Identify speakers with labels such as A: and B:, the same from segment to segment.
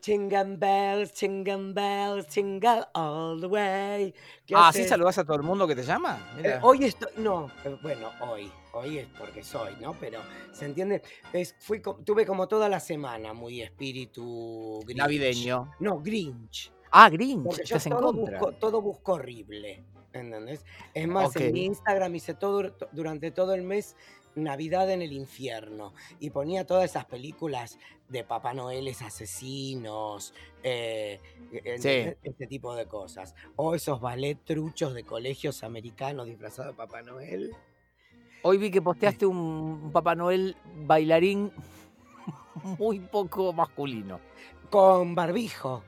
A: Chingan bells, chingan bells, chingan all the way. ¿Qué
B: Ah, ¿así
A: haces?
B: saludas a todo el mundo que te llama?
A: Eh,
B: Mira.
A: hoy estoy, no, eh, bueno, hoy, hoy es porque soy, ¿no? Pero, ¿se entiende? Es, fui, co- tuve como toda la semana muy espíritu Grinch.
B: Navideño.
A: No, Grinch.
B: Ah, Grinch,
A: Porque yo
B: estás en
A: todo
B: contra.
A: busco, todo busco horrible, ¿entendés? Es más,
B: Ok.
A: en mi Instagram hice todo to- durante todo el mes Navidad en el infierno y ponía todas esas películas de Papá Noel asesinos, eh, ¿entendés? este tipo de cosas. O esos ballet truchos de colegios americanos disfrazados de Papá Noel.
C: Hoy vi que posteaste un, un Papá Noel bailarín muy poco masculino.
A: Con barbijo.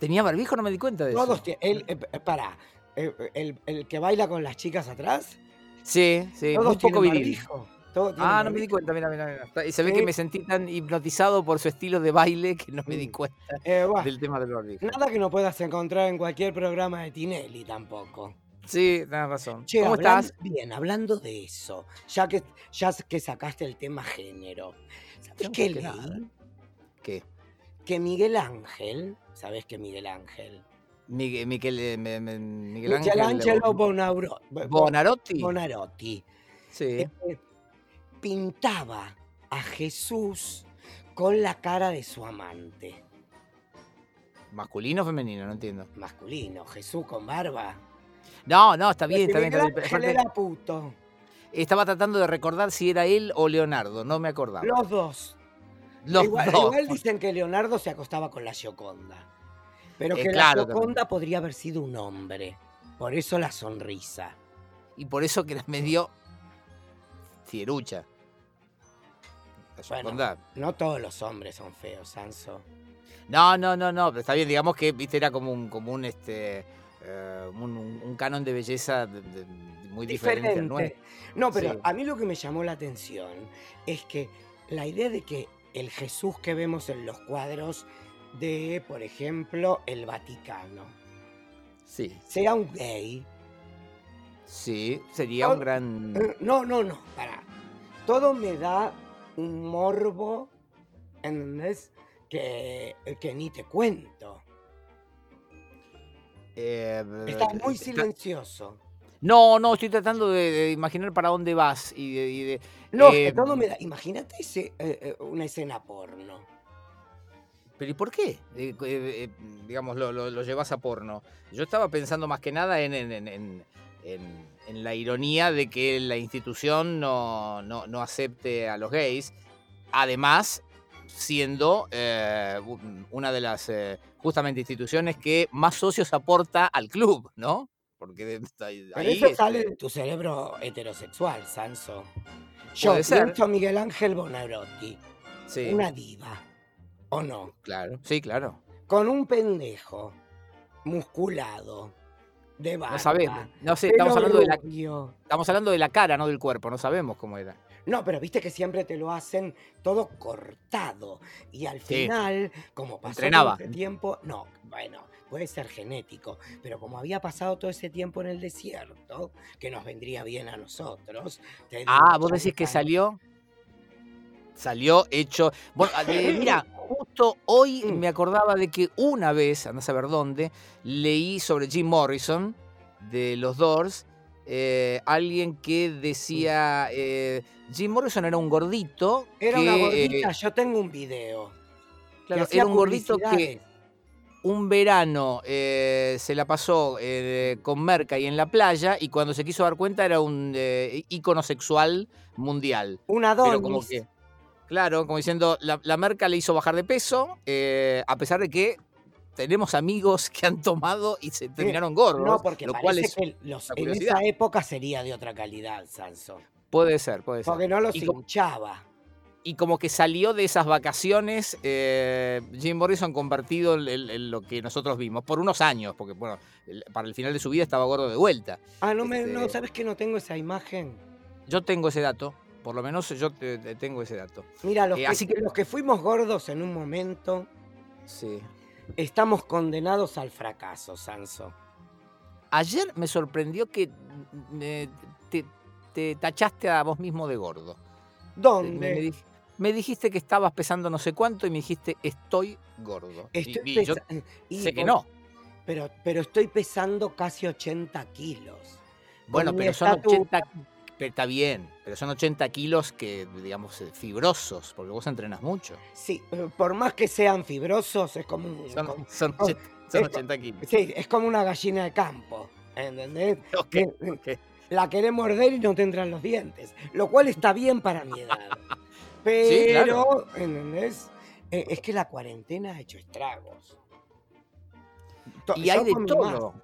C: ¿Tenía barbijo? No me di cuenta de eso.
A: Todos tie- el, eh, eh, pará, eh, eh, el, el que baila con las chicas atrás,
C: Sí, sí, muy
A: todos
C: poco
A: tienen
C: viril.
A: barbijo. Todos tienen
C: Ah, no me di
A: barbijo.
C: cuenta, mira, mira, mira. Se ve
A: Sí.
C: que me sentí tan hipnotizado por su estilo de baile que no me di
A: Mm.
C: cuenta
A: Eh, bueno,
C: del tema del barbijo.
A: Nada que no puedas encontrar en cualquier programa de Tinelli tampoco.
C: Sí, tenés razón.
A: Che,
C: ¿Cómo
A: hablan-
C: estás?
A: Bien, hablando de eso, ya que, ya que sacaste el tema género, ¿sabes
C: Yo no
A: qué
C: saqué nada.
A: leí?
C: ¿Qué?
A: Que Miguel Ángel, ¿sabes que Miguel Ángel?
C: Migue- Miquel, eh, me- me- Miguel Ángel.
A: Miguel Ángelo
C: Bon-
A: Bonauro- eh, Bo-
C: Bonarotti.
A: Bonarotti
C: Sí.
A: eh, pintaba a Jesús con la cara de su amante.
C: ¿Masculino o femenino? No entiendo.
A: Masculino, Jesús con barba.
C: No, no, está
A: Porque
C: bien, está bien. Está
A: Miguel
C: bien. pero
A: Ángel
C: aparte,
A: era puto.
C: estaba tratando de recordar si era él o Leonardo, no me acordaba.
A: Los dos.
C: Los
A: igual,
C: dos.
A: igual dicen que Leonardo se acostaba con la Gioconda. Pero
C: Eh,
A: que
C: claro,
A: la
C: también.
A: Gioconda podría haber sido un hombre. Por eso la sonrisa.
C: Y por eso que me dio fierucha. La
A: Bueno.
C: Gioconda.
A: No todos los hombres son feos, Sanso.
C: No, no, no, no, pero está bien, digamos que, viste, era como un, como un este, eh, un, un- un canon de belleza de- de- muy diferente, al nuestro.
A: No, pero
C: Sí.
A: a mí lo que me llamó la atención es que la idea de que el Jesús que vemos en los cuadros de, por ejemplo, el Vaticano,
C: Sí,
A: sea un gay.
C: sí, sería
A: Todo-
C: un gran...
A: No, no, no, pará. Todo me da un morbo, ¿entendés? Que, que ni te cuento.
C: eh,
A: Está muy
C: ta-
A: silencioso.
C: No, no, estoy tratando de, de imaginar para dónde vas y de... y de-
A: No, que
C: eh,
A: todo me da. Imagínate ese, eh, eh, una escena porno.
C: Pero ¿y por qué? Eh, cu- eh, eh, digamos, lo, lo- lo llevas a porno. Yo estaba pensando más que nada en, en- en- en- en- en la ironía de que la institución no, no- no acepte a los gays, además siendo eh, un- una de las eh, justamente instituciones que más socios aporta al club, ¿no? Porque de- ahí,
A: Pero eso
C: este,
A: sale de tu cerebro heterosexual, Sanso. Yo
C: Puede ser.
A: pienso a Miguel Ángel Bonarotti,
C: sí,
A: una diva, ¿o no?
C: claro, sí, claro.
A: Con un pendejo, musculado, de barba.
C: No sabemos. No sé, estamos
A: pelo
C: hablando, de la,
A: rubio.
C: estamos hablando de la cara, no del cuerpo, no sabemos cómo era.
A: No, pero viste que siempre te lo hacen todo cortado. Y al
C: Sí.
A: final, como pasó
C: Entrenaba.
A: todo ese tiempo, no, bueno, puede ser genético, pero como había pasado todo ese tiempo en el desierto, que nos vendría bien a nosotros. te
C: Ah,
A: digo,
C: vos
A: ya
C: decís que
A: están-
C: salió. Salió hecho. Bueno, a- de- mira, justo hoy
A: Mm.
C: me acordaba de que una vez, andás a ver dónde, leí sobre Jim Morrison de los Doors. eh, alguien que decía. eh, Jim Morrison era un gordito.
A: Era
C: que,
A: una
C: eh,
A: gordita, yo tengo un video. que
C: claro,
A: hacía
C: era un gordito que
A: publicidades.
C: un verano eh, se la pasó eh, con Merca y en la playa, y cuando se quiso dar cuenta era un eh, ícono sexual mundial.
A: Una
C: Pero como
A: Adonis.
C: que. Claro, como diciendo, la, la marca le hizo bajar de peso, eh, a pesar de que tenemos amigos que han tomado y se terminaron gordos.
A: No, porque
C: lo
A: parece
C: cual es-
A: que los,
C: una
A: en esa
C: curiosidad.
A: época sería de otra calidad, Sanso.
C: puede ser, puede ser.
A: Porque no los
C: Y como-
A: hinchaba.
C: Y como que salió de esas vacaciones eh, Jim Morrison convertido en, en- en lo que nosotros vimos, por unos años, porque bueno, el- para el final de su vida estaba gordo de vuelta.
A: Ah, no, me, no,
C: Este-
A: ¿sabes que no tengo esa imagen?
C: Yo tengo ese dato, por lo menos yo te- te tengo ese dato.
A: Mira, los,
C: Eh,
A: que,
C: así que-
A: los que fuimos gordos en un momento,
C: Sí.
A: estamos condenados al fracaso, Sanso.
C: Ayer me sorprendió que mm, eh, te, te tachaste a vos mismo de gordo. Me- me
A: ¿Dónde?
C: dij- me dijiste que estabas pesando no sé cuánto y me dijiste estoy gordo. Y-
A: Estoy
C: y yo
A: pesa- y
C: sé que
A: vos-
C: no.
A: Pero, pero estoy pesando casi 80 kilos.
C: Bueno,
A: mi
C: pero son
A: estatura-
C: 80. pero está bien, pero son 80 kilos que, digamos, eh, fibrosos, porque vos entrenas mucho.
A: Sí, eh, por más que sean fibrosos, es como, un-
C: Son,
A: como-
C: son
A: oh,
C: 80, son
A: esto-
C: 80 kilos.
A: sí, es como una gallina de campo. ¿Entendés?
C: Ok,
A: Que-
C: ok.
A: La querés morder y no te entran los dientes, lo cual está bien para mi edad. Pero,
C: Sí, claro.
A: ¿entendés? Eh, es que la cuarentena ha hecho estragos. To-
C: Y
A: yo
C: hay de
A: comí más.
C: todo.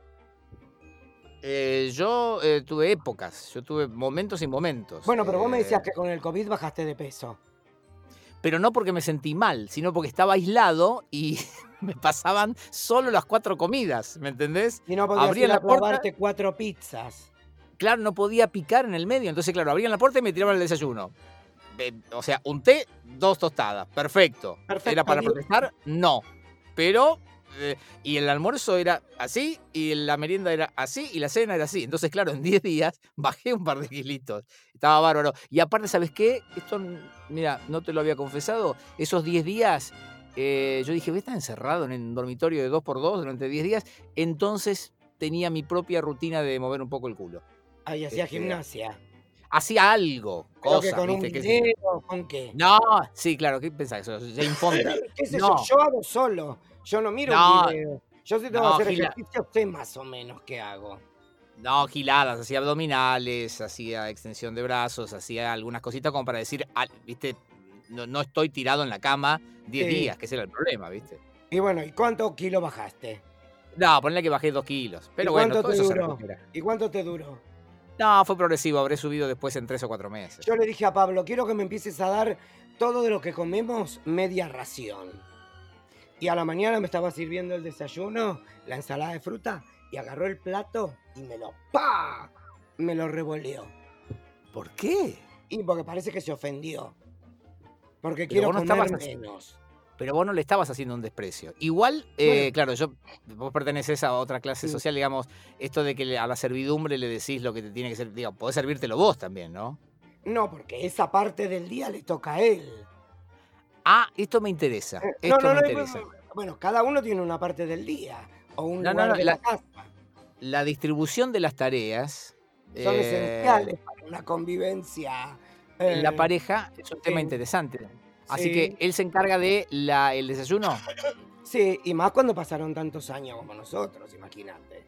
C: Eh, yo eh, tuve épocas, yo tuve momentos y momentos.
A: Bueno, pero vos me
C: eh,
A: decías que con el COVID bajaste de peso.
C: Pero no porque me sentí mal, sino porque estaba aislado y me pasaban solo las cuatro comidas, ¿me entendés?
A: Y no podías
C: Abría
A: ir a
C: la puerta-
A: probarte cuatro pizzas.
C: claro, no podía picar en el medio. Entonces, claro, abrían la puerta y me tiraban el desayuno. Eh, O sea, un té, dos tostadas. Perfecto.
A: Perfecto,
C: ¿Era para
A: bien.
C: protestar? No. Pero. eh, y el almuerzo era así, y la merienda era así, y la cena era así. Entonces, claro, en 10 días bajé un par de kilitos. Estaba bárbaro. Y aparte, ¿sabes qué? Esto, n- mira, no te lo había confesado. Esos 10 días, eh, yo dije, voy a estar encerrado en un dormitorio de 2x2 durante 10 días. Entonces tenía mi propia rutina de mover un poco el culo
A: Ahí hacía
C: Este,
A: gimnasia.
C: hacía algo,
A: Creo que
C: cosas,
A: con un
C: ¿viste? qué sé yo.
A: video, ¿con qué?
C: No, sí, claro, ¿qué pensás? Eso es Jane Fonda.
A: ¿Qué sé
C: no.
A: yo? Yo hago solo. Yo no miro
C: No.
A: un video. Yo si tengo
C: No,
A: que hacer
C: Gila.
A: ejercicio, sé más o menos qué hago.
C: No, giladas, hacía abdominales, hacía extensión de brazos, hacía algunas cositas como para decir, "Ah, ¿viste? No, no estoy tirado en la cama 10
A: Sí.
C: días, que ese era el problema, ¿viste?
A: Y bueno, ¿y cuánto kilo bajaste?
C: No, ponle que bajé 2 kilos. Pero
A: ¿Y
C: bueno,
A: cuánto
C: todo
A: te
C: eso se
A: duró?
C: recupera.
A: ¿Y cuánto te duró?
C: No, fue progresivo, habré subido después en 3 o 4 meses.
A: Yo le dije a Pablo, quiero que me empieces a dar todo de lo que comemos media ración. Y a la mañana me estaba sirviendo el desayuno, la ensalada de fruta, y agarró el plato y me lo ¡pa! Me lo revoleó.
C: ¿Por qué?
A: Y porque parece que se ofendió. Porque
C: Pero
A: quiero
C: vos no
A: comer
C: estabas haciendo-
A: menos.
C: pero vos no le estabas haciendo un desprecio. Igual, eh, claro, yo, vos perteneces a otra clase
A: Sí.
C: social, digamos, esto de que le- a la servidumbre le decís lo que te tiene que ser, digo, podés servírtelo vos también, ¿no?
A: No, porque esa parte del día le toca a él.
C: Ah, esto me interesa,
A: Eh,
C: esto
A: no, no,
C: me
A: no,
C: interesa.
A: no, no. Bueno, cada uno tiene una parte del día o un
C: No, no,
A: lugar
C: no,
A: de
C: la-
A: la casa.
C: La distribución de las tareas,
A: Son
C: eh,
A: esenciales para una convivencia.
C: en la
A: eh,
C: pareja, es un tema
A: sí.
C: interesante. Así
A: Sí.
C: que él se encarga de la, el desayuno.
A: Sí, y más cuando pasaron tantos años como nosotros, imagínate.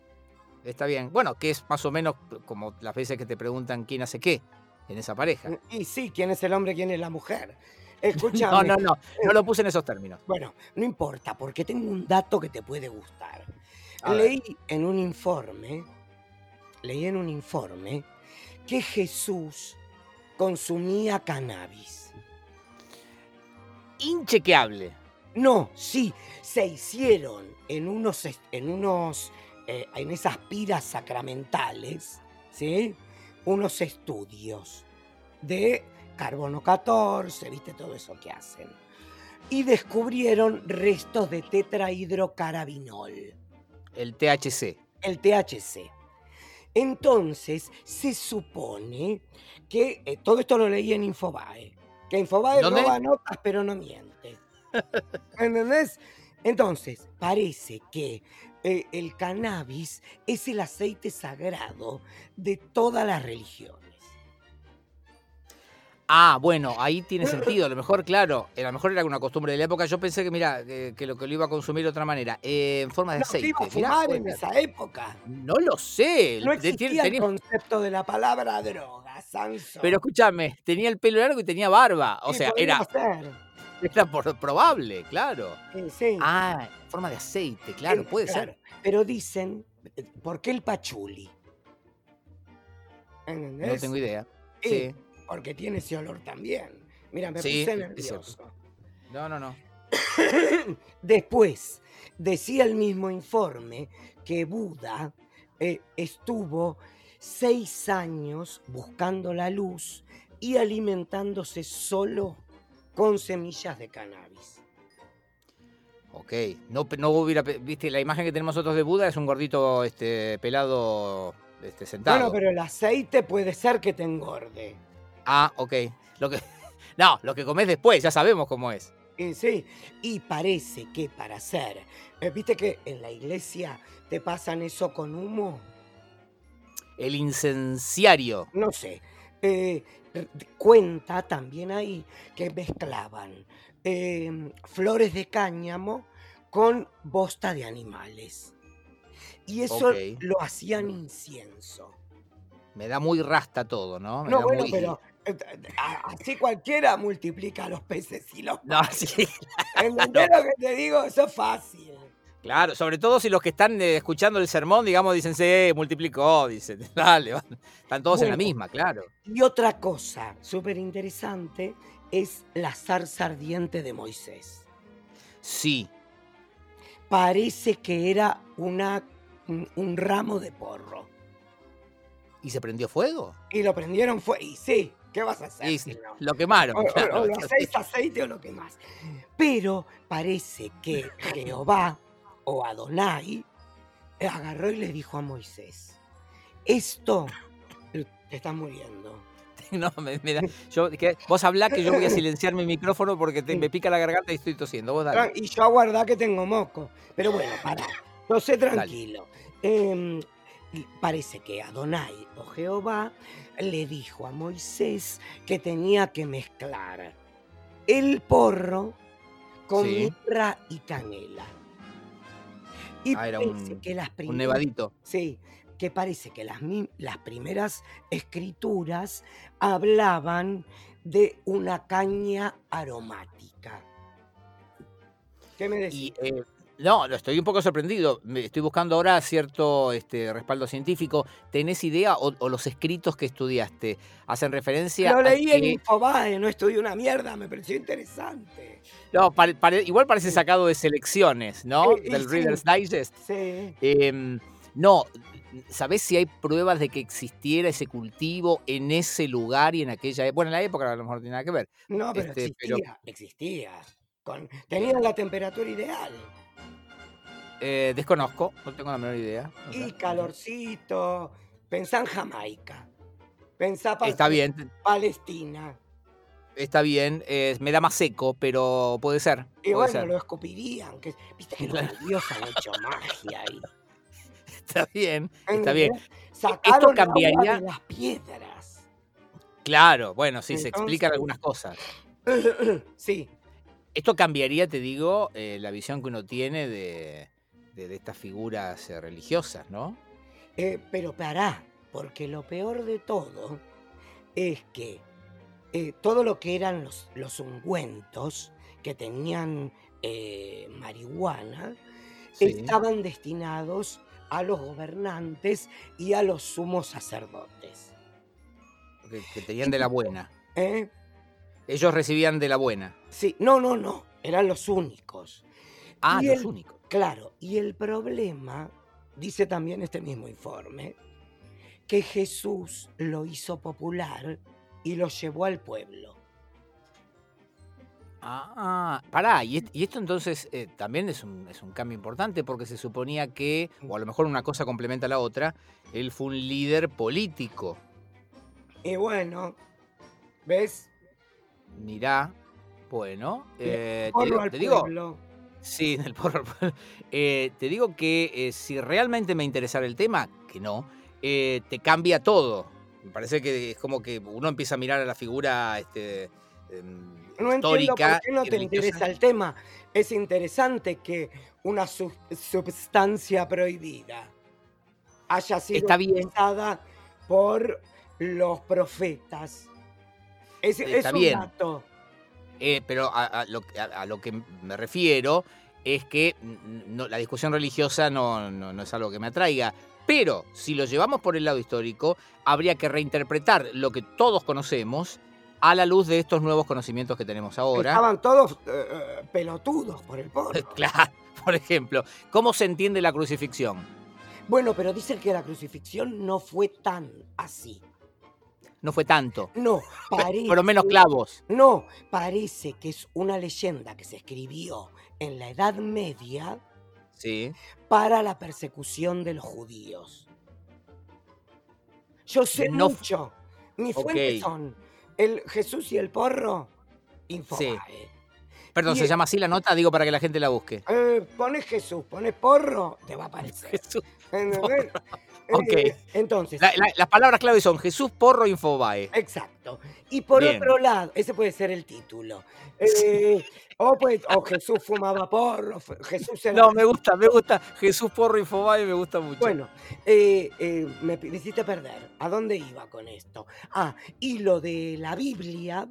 C: Está bien. Bueno, que es más o menos como las veces que te preguntan quién hace qué en esa pareja.
A: Y sí, quién es el hombre, quién es la mujer. Escucha,
C: No, no, no. No
A: Eh.
C: lo puse en esos términos.
A: bueno, no importa, porque tengo un dato que te puede gustar.
C: A ver.
A: leí en un informe, leí en un informe que Jesús consumía cannabis.
C: Inchequeable.
A: No, sí, se hicieron en unos, es- en unos, eh, en esas piras sacramentales, ¿sí? Unos estudios de carbono 14, viste todo eso que hacen. Y descubrieron restos de tetrahidrocarabinol,
C: El THC.
A: el THC. Entonces, se supone que, eh, todo esto lo leí en Infobae, que Infobae
C: ¿Dónde?
A: roba notas pero no miente. ¿Entendés? Entonces, parece que eh, el cannabis es el aceite sagrado de todas las religiones.
C: Ah, bueno, ahí tiene sentido. A lo mejor, claro, a lo mejor era una costumbre de la época. Yo pensé que, mira, eh, que lo que lo iba a consumir de otra manera. Eh, en forma de
A: No se
C: aceite.
A: iba a
C: Mirá,
A: fumar
C: puede
A: en
C: ser.
A: esa época.
C: No lo sé.
A: No
C: De- tiene-
A: existía el
C: tenía-
A: concepto de la palabra droga, Sansón.
C: pero escúchame, tenía el pelo largo y tenía barba. O
A: Sí,
C: sea,
A: podría
C: era,
A: ser.
C: era por- probable, claro.
A: Sí, sí.
C: Ah, en forma de aceite, claro,
A: Sí,
C: puede
A: claro.
C: ser.
A: Pero dicen, eh, ¿por qué el pachuli? ¿Entendés?
C: No tengo idea.
A: Y
C: Sí.
A: Porque tiene ese olor también. Mira, me
C: Sí,
A: puse
C: es
A: nervioso.
C: No, no, no.
A: Después, decía el mismo informe que Buda eh, estuvo seis años buscando la luz y alimentándose solo con semillas de cannabis.
C: Ok. No, pe- no hubiera. pe- Viste, la imagen que tenemos nosotros de Buda es un gordito este, pelado este, sentado.
A: Bueno, pero el aceite puede ser que te engorde.
C: Ah, ok. Lo que, No, lo que comés después, ya sabemos cómo es.
A: Y Eh, sí, y parece que para hacer, eh, viste que en la iglesia te pasan eso con humo,
C: El incenciario.
A: no sé, eh, r- cuenta también ahí que mezclaban eh, flores de cáñamo con bosta de animales. Y eso
C: Ok.
A: lo hacían incienso.
C: Me da muy rasta todo, ¿no? Me
A: No,
C: da
A: bueno,
C: Ah, muy-
A: pero eh, eh, a- así cualquiera multiplica los peces y los...
C: No, sí,
A: ¿Entendés lo que te digo? Eso es fácil.
C: claro, sobre todo si los que están eh, escuchando el sermón, digamos, dicen, sí, multiplicó, dicen, dale, van. están todos en la
A: Bueno.
C: misma, claro.
A: Y otra cosa súper interesante es la zarza ardiente de Moisés.
C: Sí,
A: Parece que era una, un, un ramo de porro.
C: ¿y se prendió fuego?
A: Y lo prendieron fue y sí, ¿qué vas a hacer?
C: Y
A: si Ah, no?
C: lo quemaron,
A: O, o-
C: claro.
A: o lo hacéis aceite o lo que más. Pero parece que Jehová o Adonai agarró y le dijo a Moisés, esto te estás muriendo.
C: No, me- me da- yo- que- vos hablá que yo voy a silenciar mi micrófono porque te-
A: Sí.
C: me pica la garganta y estoy tosiendo. Vos dale.
A: Tran- Y yo aguardá que tengo moco. Pero bueno, pará. Yo sé tranquilo. Em, y parece que Adonai o Jehová le dijo a Moisés que tenía que mezclar el porro con
C: Sí.
A: mirra y canela. Y
C: Ah, era
A: parece
C: un-
A: que las
C: Un
A: primeras
C: nevadito.
A: Sí, que parece que las, mi- las primeras escrituras hablaban de una caña aromática. ¿Qué me decís?
C: Y, eh, no, lo estoy un poco sorprendido. Me- Estoy buscando ahora cierto este, respaldo científico. ¿Tenés idea o, o los escritos que estudiaste hacen referencia
A: Lo
C: a eh,
A: leí en
C: que-
A: Infobae, no estudié una mierda, me pareció interesante.
C: No, pare- pare- igual parece
A: Sí.
C: sacado de selecciones, ¿no?
A: Sí, y
C: Del
A: sí.
C: Reader's Digest.
A: Sí.
C: Em, no, ¿sabés si hay pruebas de que existiera ese cultivo en ese lugar y en aquella época? Bueno, en la época a lo mejor no tiene nada que ver.
A: No, pero
C: Este, pero-
A: existía, existía. Con, tenían la temperatura ideal.
C: Eh, desconozco, no tengo la menor idea. O sea,
A: Y calorcito. Pensá en Jamaica. Pensá pa-
C: Está bien,
A: Palestina.
C: Está bien, eh, me da más seco, pero puede ser.
A: Y
C: puede
A: bueno,
C: ser.
A: lo escupirían. Que, Viste que los
C: Claro.
A: judíos han hecho magia ahí.
C: Está bien, está bien.
A: ¿entendés? Sacaron agua
C: cambiaría-
A: de las piedras.
C: Claro, bueno, sí, se explican
A: Entonces-
C: algunas cosas.
A: sí,
C: Esto cambiaría, te digo, eh, la visión que uno tiene de, de- de estas figuras eh, religiosas, ¿no?
A: eh, pero pará, porque lo peor de todo es que eh, todo lo que eran los, los ungüentos que tenían eh, marihuana
C: Sí.
A: estaban destinados a los gobernantes y a los sumos sacerdotes.
C: Que, que tenían de la buena.
A: ¿eh?
C: Ellos recibían de la buena.
A: Sí, no, no, no, eran los únicos.
C: Ah,
A: Y
C: los
A: el-
C: únicos.
A: Claro, y el problema, dice también este mismo informe, que Jesús lo hizo popular y lo llevó al pueblo.
C: Ah, pará, y, est- y esto entonces eh, también es un, es un cambio importante porque se suponía que, o a lo mejor una cosa complementa a la otra, él fue un líder político.
A: Y bueno, ¿ves?
C: Mirá, bueno, eh, te,
A: Porro
C: digo,
A: al
C: te digo-
A: pueblo.
C: sí, del porro al pueblo. Eh, te digo que eh, si realmente me interesara el tema, que no, eh, te cambia todo. Me parece que es como que uno empieza a mirar a la figura este, em,
A: No entiendo
C: histórica.
A: por qué no
C: y
A: te
C: religiosa.
A: interesa el tema. Es interesante que una sus- sustancia prohibida haya sido
C: Está bien.
A: utilizada por los profetas. Es,
C: Está
A: es un
C: bien.
A: dato.
C: Eh, pero a, a lo, a- a lo que me refiero es que mm, no- la discusión religiosa no, no- no es algo que me atraiga. Pero si lo llevamos por el lado histórico, habría que reinterpretar lo que todos conocemos a la luz de estos nuevos conocimientos que tenemos ahora.
A: Estaban todos eh, eh, pelotudos por el porro.
C: Claro, por ejemplo, ¿cómo se entiende la crucifixión?
A: Bueno, pero dicen que la crucifixión no fue tan así.
C: No fue tanto,
A: No, parece.
C: pero menos clavos.
A: No, parece que es una leyenda que se escribió en la Edad Media
C: Sí.
A: para la persecución de los judíos. Yo sé
C: No fu-
A: mucho. Mis
C: Ok.
A: fuentes son el Jesús y el porro Infobae.
C: Perdón,
A: Y-
C: se llama así la nota, digo para que la gente la busque.
A: Eh, pones Jesús, pones porro, te va a aparecer. ¿Entendés?
C: Ok.
A: Eh, entonces,
C: La- la- las palabras clave son Jesús Porro Infobae.
A: exacto. Y por
C: Bien.
A: otro lado, ese puede ser el título. Eh, o, puede- o Jesús fumaba porro, fe- Jesús se
C: No, me gusta, me gusta. Jesús Porro Infobae me gusta mucho.
A: Bueno, eh, eh, me, pi- me hiciste perder. ¿A dónde iba con esto? Ah, y lo de la Biblia,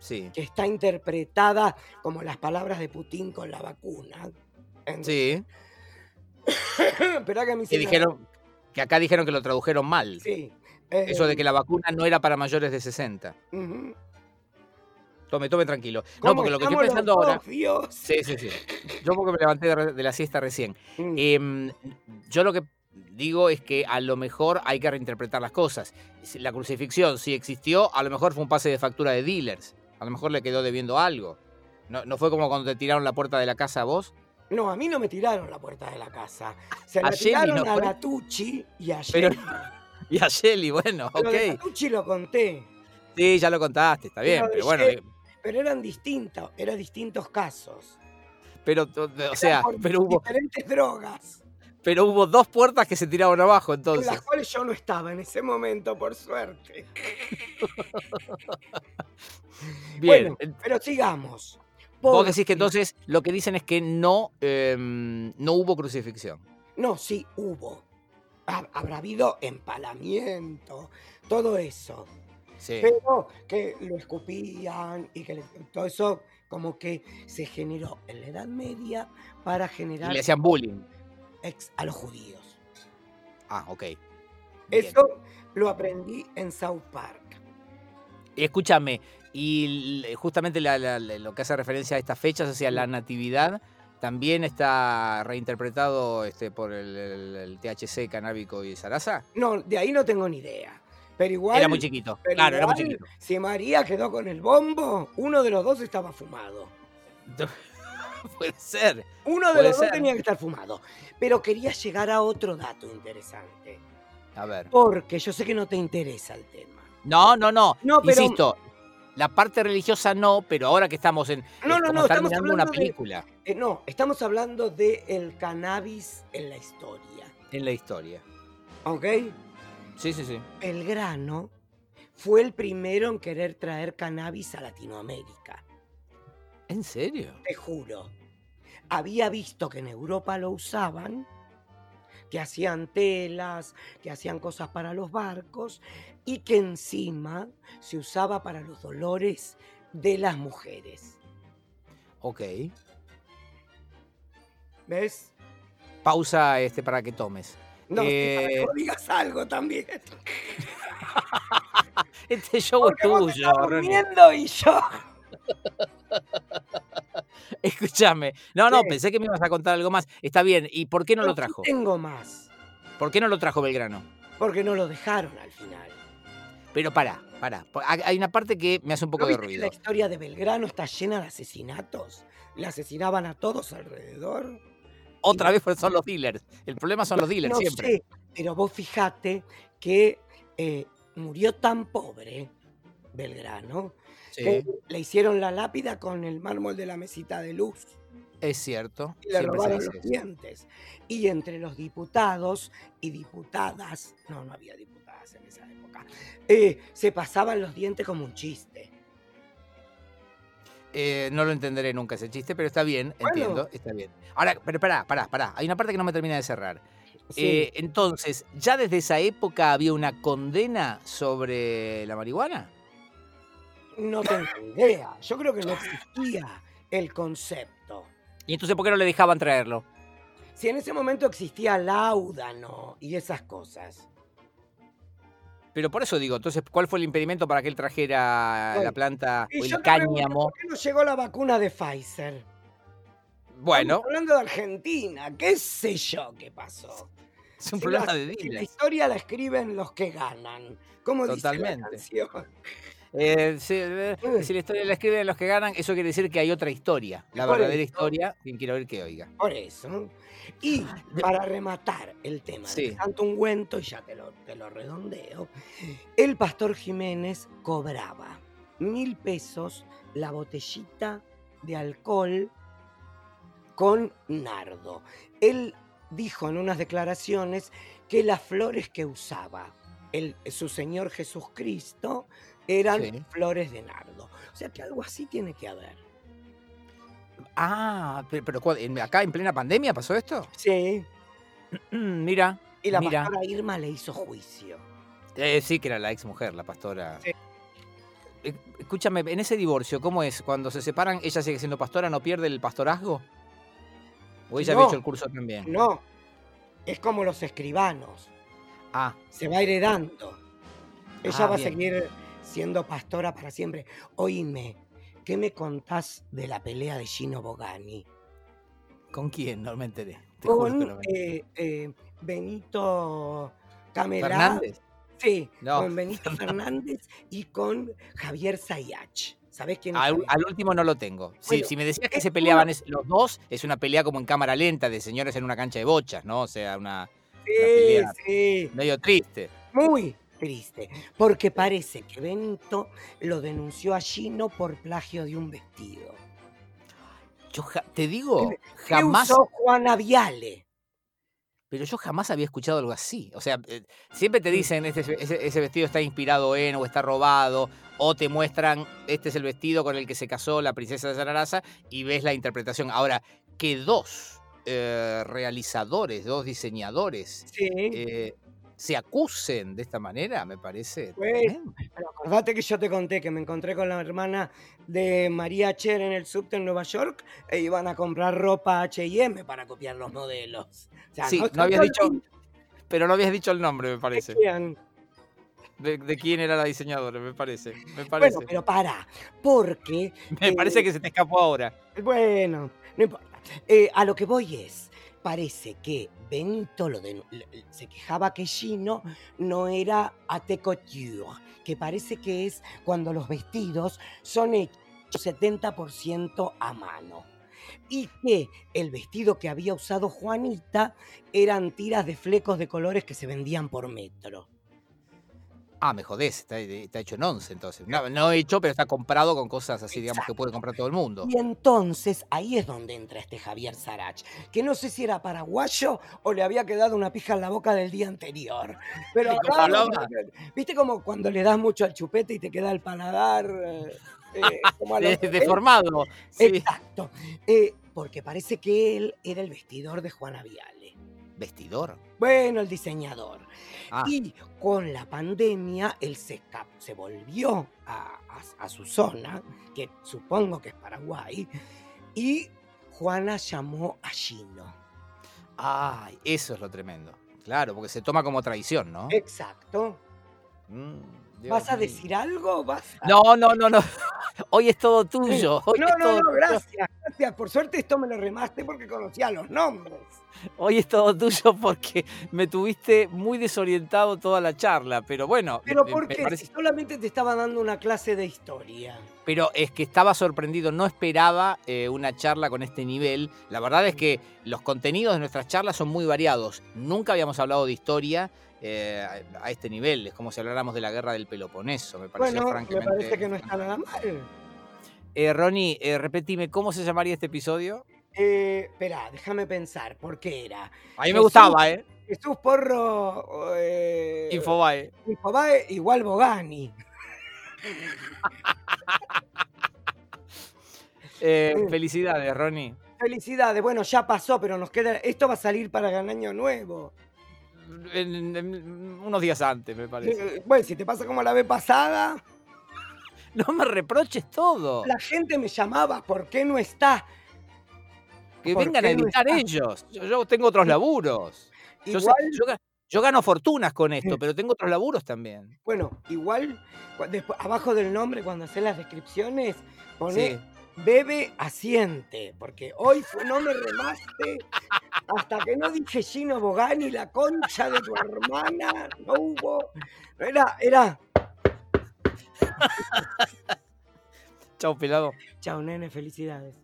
C: sí.
A: que está interpretada como las palabras de Putin con la vacuna. En-
C: Sí.
A: Esperá que me
C: Que
A: hicieron-
C: dijeron, que acá dijeron que lo tradujeron mal.
A: Sí. eh,
C: Eso de que la vacuna no era para mayores de 60.
A: ujú.
C: Tome, tome tranquilo. No,
A: ¿Cómo
C: porque lo que estoy
A: estamos los
C: pensando ahora.
A: dos, Dios?
C: Sí, sí, sí. Yo porque me levanté de re- de la siesta recién.
A: Mm,
C: Em, yo lo que digo es que a lo mejor hay que reinterpretar las cosas. Si La crucifixión, si existió, a lo mejor fue un pase de factura de dealers. A lo mejor le quedó debiendo algo. No, no fue como cuando te tiraron la puerta de la casa a vos.
A: No, a mí no me tiraron la puerta de la casa. Se la
C: A Jenny
A: tiraron
C: no
A: a
C: fue.
A: la Tucci y a
C: Pero-
A: Jenny.
C: Y a Shelly, bueno,
A: Lo de
C: ok.
A: la Tucci lo conté,
C: Sí, ya lo contaste, está bien.
A: Pero de
C: Pero bueno,
A: Shelly-
C: eh,
A: pero eran distintos, eran distintos casos.
C: pero, o sea,
A: Por
C: pero hubo,
A: diferentes drogas.
C: pero hubo dos puertas que se tiraron abajo
A: En
C: entonces.
A: las cuales yo no estaba en ese momento, por suerte.
C: Bien. eh,
A: Bueno, pero sigamos.
C: Vos
A: Pobre-
C: decís que entonces lo que dicen es que no, em, no hubo crucifixión.
A: No, sí, hubo. Ha- habrá habido empalamiento, todo eso.
C: Sí.
A: Pero que lo escupían y que le- todo eso como que se generó en la Edad Media para
C: Y
A: generar
C: le hacían bullying.
A: ex a los judíos.
C: Ah, ok. Bien.
A: Eso lo aprendí en South Park.
C: Y Escúchame, y l- justamente la- la- la- lo que hace referencia a estas fechas, o sea, la natividad, también está reinterpretado este, por el, el- el THC canábico y zaraza.
A: No, de ahí no tengo ni idea. Pero igual...
C: Era muy chiquito.
A: Pero
C: Claro, era muy
A: igual,
C: chiquito.
A: Si María quedó con el bombo, uno de los dos estaba fumado.
C: Puede ser.
A: Uno de
C: Puede
A: los
C: ser.
A: dos tenía que estar fumado. Pero quería llegar a otro dato interesante.
C: A ver.
A: Porque yo sé que no te interesa el tema.
C: No, no, no.
A: No, pero-
C: Insisto, la parte religiosa no, pero ahora que estamos en.
A: No,
C: es
A: no,
C: como
A: no,
C: estar
A: estamos
C: mirando una
A: hablando de-
C: película
A: Eh, no, estamos hablando del el cannabis en la historia.
C: en la historia.
A: ¿Ok?
C: Sí, sí, sí.
A: Belgrano fue el primero en querer traer cannabis a Latinoamérica.
C: ¿En serio?
A: Te juro. Había visto que en Europa lo usaban, que hacían telas, que hacían cosas para los barcos y que encima se usaba para los dolores de las mujeres.
C: Ok.
A: ¿Ves?
C: Pausa este, para que tomes.
A: No, sí, para que
C: Eh.
A: vos digas algo también.
C: Este show
A: Porque
C: es
A: vos te
C: tuyo,
A: estás
C: Ronnie.
A: durmiendo y yo.
C: Escúchame. No, no,
A: Sí.
C: pensé que me ibas a contar algo más. Está bien. ¿Y por qué no
A: Yo
C: lo
A: sí
C: trajo?
A: Tengo más,
C: ¿Por qué no lo trajo Belgrano?
A: porque no lo dejaron al final.
C: Pero pará, pará. po- Hay hay una parte que me hace un
A: ¿No
C: poco de
A: viste que la
C: ruido.
A: historia de Belgrano está llena de asesinatos? Le asesinaban a todos alrededor.
C: Otra vez son los dealers. El problema son los dealers
A: no
C: siempre.
A: sé, pero vos fijate que eh, murió tan pobre Belgrano que
C: Sí,
A: le hicieron la lápida con el mármol de la mesita de luz
C: es cierto.
A: y le
C: Siempre se
A: robaron
C: dice
A: los
C: eso.
A: dientes. Y entre los diputados y diputadas, no, no había diputadas en esa época, eh, se pasaban los dientes como un chiste.
C: Eh, no lo entenderé nunca ese chiste, pero está bien,
A: Bueno.
C: entiendo, está bien. Ahora, pero pará, pará, pará. Hay una parte que no me termina de cerrar.
A: Sí,
C: Eh, entonces, ¿ya desde esa época había una condena sobre la marihuana?
A: no tengo idea. Yo creo que no existía el concepto.
C: ¿Y entonces por qué no le dejaban traerlo?
A: Si en ese momento existía Láudano y esas cosas.
C: Pero por eso digo, entonces, ¿cuál fue el impedimento para que él trajera
A: Bueno,
C: la planta
A: y
C: o
A: yo
C: el
A: te pregunto,
C: cáñamo?
A: ¿Por qué no llegó la vacuna de Pfizer?
C: Bueno,
A: Estamos hablando de Argentina, qué sé yo qué pasó.
C: es un
A: Si
C: problema
A: la- si
C: de
A: La
C: dealers.
A: historia la escriben los que ganan. ¿Cómo
C: Totalmente.
A: dice la canción?
C: Eh, si, eh,
A: Mm.
C: si la historia la escriben los que ganan, eso quiere decir que hay otra historia. La
A: Por
C: verdadera
A: eso.
C: historia, quien quiero ver que oiga.
A: Por eso. Y para rematar el tema
C: Sí.
A: de Santo Ungüento, y ya te lo, te lo redondeo, el pastor Jiménez cobraba mil pesos la botellita de alcohol con nardo. Él dijo en unas declaraciones que las flores que usaba el, su Señor Jesucristo eran
C: Sí.
A: flores de nardo. O sea que algo así tiene que haber.
C: Ah, pe- pero, ¿cuál- en- acá en plena pandemia pasó esto.
A: Sí.
C: Mm, Mira.
A: Y la
C: mira.
A: pastora Irma le hizo juicio.
C: Eh, sí, que era la ex mujer, la pastora.
A: Sí.
C: Eh, Escúchame, en ese divorcio, ¿cómo es? Cuando se separan, ella sigue siendo pastora, ¿no pierde el pastorazgo? ¿O ella
A: No.
C: había hecho el curso también?
A: No, es como los escribanos.
C: Ah,
A: se va heredando. Ella
C: Ah,
A: va
C: bien.
A: a seguir siendo pastora para siempre. Oíme, ¿qué me contás de la pelea de Gino Bogani
C: ¿con quién? No me enteré. Te juro que no
A: con
C: me enteré.
A: eh, eh, Benito Camelá?
C: Fernández.
A: Sí,
C: No,
A: con Benito Fernández y con Javier Sayach. ¿Sabés quién es?
C: Al,
A: Javier?
C: al último no lo tengo. Sí,
A: Bueno,
C: si me decías que
A: es
C: se
A: una-
C: peleaban es- los dos, es una pelea como en cámara lenta de señores en una cancha de bochas, ¿no? O sea, una
A: Sí,
C: pelea.
A: sí,
C: medio triste.
A: muy triste. Porque parece que Benito lo denunció a Gino por plagio de un vestido.
C: Yo ja- te digo,
A: que
C: jamás
A: usó Juana Viale.
C: Pero yo jamás había escuchado algo así. O sea, eh, siempre te dicen, este, es- ese, ese vestido está inspirado en o está robado, o te muestran, este es el vestido con el que se casó la princesa de Sararasa, y ves la interpretación. Ahora, que dos eh, realizadores, dos diseñadores,
A: Sí.
C: eh, se acusen de esta manera, me parece.
A: Pues,
C: tremendo.
A: Pero acordate que yo te conté que me encontré con la hermana de María Cher en el subte en Nueva York e iban a comprar ropa H&M para copiar los modelos. O sea,
C: Sí,
A: no,
C: no habías
A: no
C: dicho, pero no habías dicho el nombre, me parece.
A: existían.
C: De, de quién era la diseñadora, me parece. Me parece,
A: Bueno, pero eh, para, porque,
C: me parece que se te escapó ahora.
A: bueno, no importa. Eh, a lo que voy es, parece que Benito lo denu- l- l- se quejaba que Gino no era ate couture, que parece que es cuando los vestidos son hechos 70% a mano. y que el vestido que había usado Juanita eran tiras de flecos de colores que se vendían por metro.
C: Ah, me jodés, está, está hecho en once entonces. No, no hecho, pero está comprado con cosas así, digamos, que puede comprar todo el mundo.
A: Y entonces ahí es donde entra este Javier Sarach, que no sé si era paraguayo o le había quedado una pija en la boca del día anterior. Pero
C: Y como
A: acá-
C: hablaba.
A: viste como cuando le das mucho al chupete y te queda el paladar eh, eh, como a lo-
C: De- deformado. Sí.
A: Exacto. Eh, porque parece que él era el vestidor de Juana Viale.
C: Vestidor.
A: Bueno, el diseñador.
C: Ah,
A: Y con la pandemia, él se, esca- se volvió a, a- a su zona, que supongo que es Paraguay, y Juana llamó a Gino.
C: Ah. ay, eso es lo tremendo. Claro, porque se toma como traición, ¿no?
A: Exacto.
C: Mm, Dios
A: ¿Vas a
C: mío.
A: decir algo? ¿Vas a-
C: No, no, no, no. Hoy es todo tuyo. Hoy,
A: no,
C: es,
A: no,
C: todo,
A: no, gracias, gracias. Por suerte esto me lo remaste porque conocía los nombres.
C: hoy es todo tuyo porque me tuviste muy desorientado toda la charla. Pero bueno,
A: Pero
C: me-
A: ¿por
C: me
A: qué?
C: parece-
A: Si solamente te estaba dando una clase de historia.
C: Pero es que estaba sorprendido, no esperaba eh, una charla con este nivel. La verdad es que los contenidos de nuestras charlas son muy variados. Nunca habíamos hablado de historia eh, a- a este nivel. Es como si habláramos de la guerra del Peloponeso. Me pareció
A: bueno, me
C: francamente.
A: parece que no está nada mal.
C: Eh, Ronnie, eh, repetime, ¿cómo se llamaría este episodio?
A: Eh, Esperá, déjame pensar, ¿por qué era?
C: A mí me
A: Jesús.
C: gustaba, ¿eh?
A: Jesús Porro. eh,
C: Infobae.
A: Infobae igual Bogani.
C: Eh, felicidades, Ronnie.
A: Felicidades. Bueno, ya pasó, pero nos queda. Esto va a salir para el año nuevo.
C: En- en- unos días antes, me parece.
A: Eh, Bueno, si te pasa como la vez pasada,
C: No me reproches todo.
A: la gente me llamaba, ¿por qué no está?
C: Que
A: ¿por
C: vengan
A: qué
C: a
A: no
C: editar
A: está?
C: ellos. Yo, yo tengo otros laburos. Yo, sé-
A: Igual,
C: yo ga- yo gano fortunas con esto, pero tengo otros laburos también.
A: bueno, igual, cua- despu- abajo del nombre, cuando haces las descripciones, poné
C: Sí.
A: bebe asiente, porque hoy fue- no me remaste hasta que no dije Gino Bogani, la concha de tu hermana, no hubo. Era, era.
C: Chau, pelado.
A: Chao, nene, felicidades.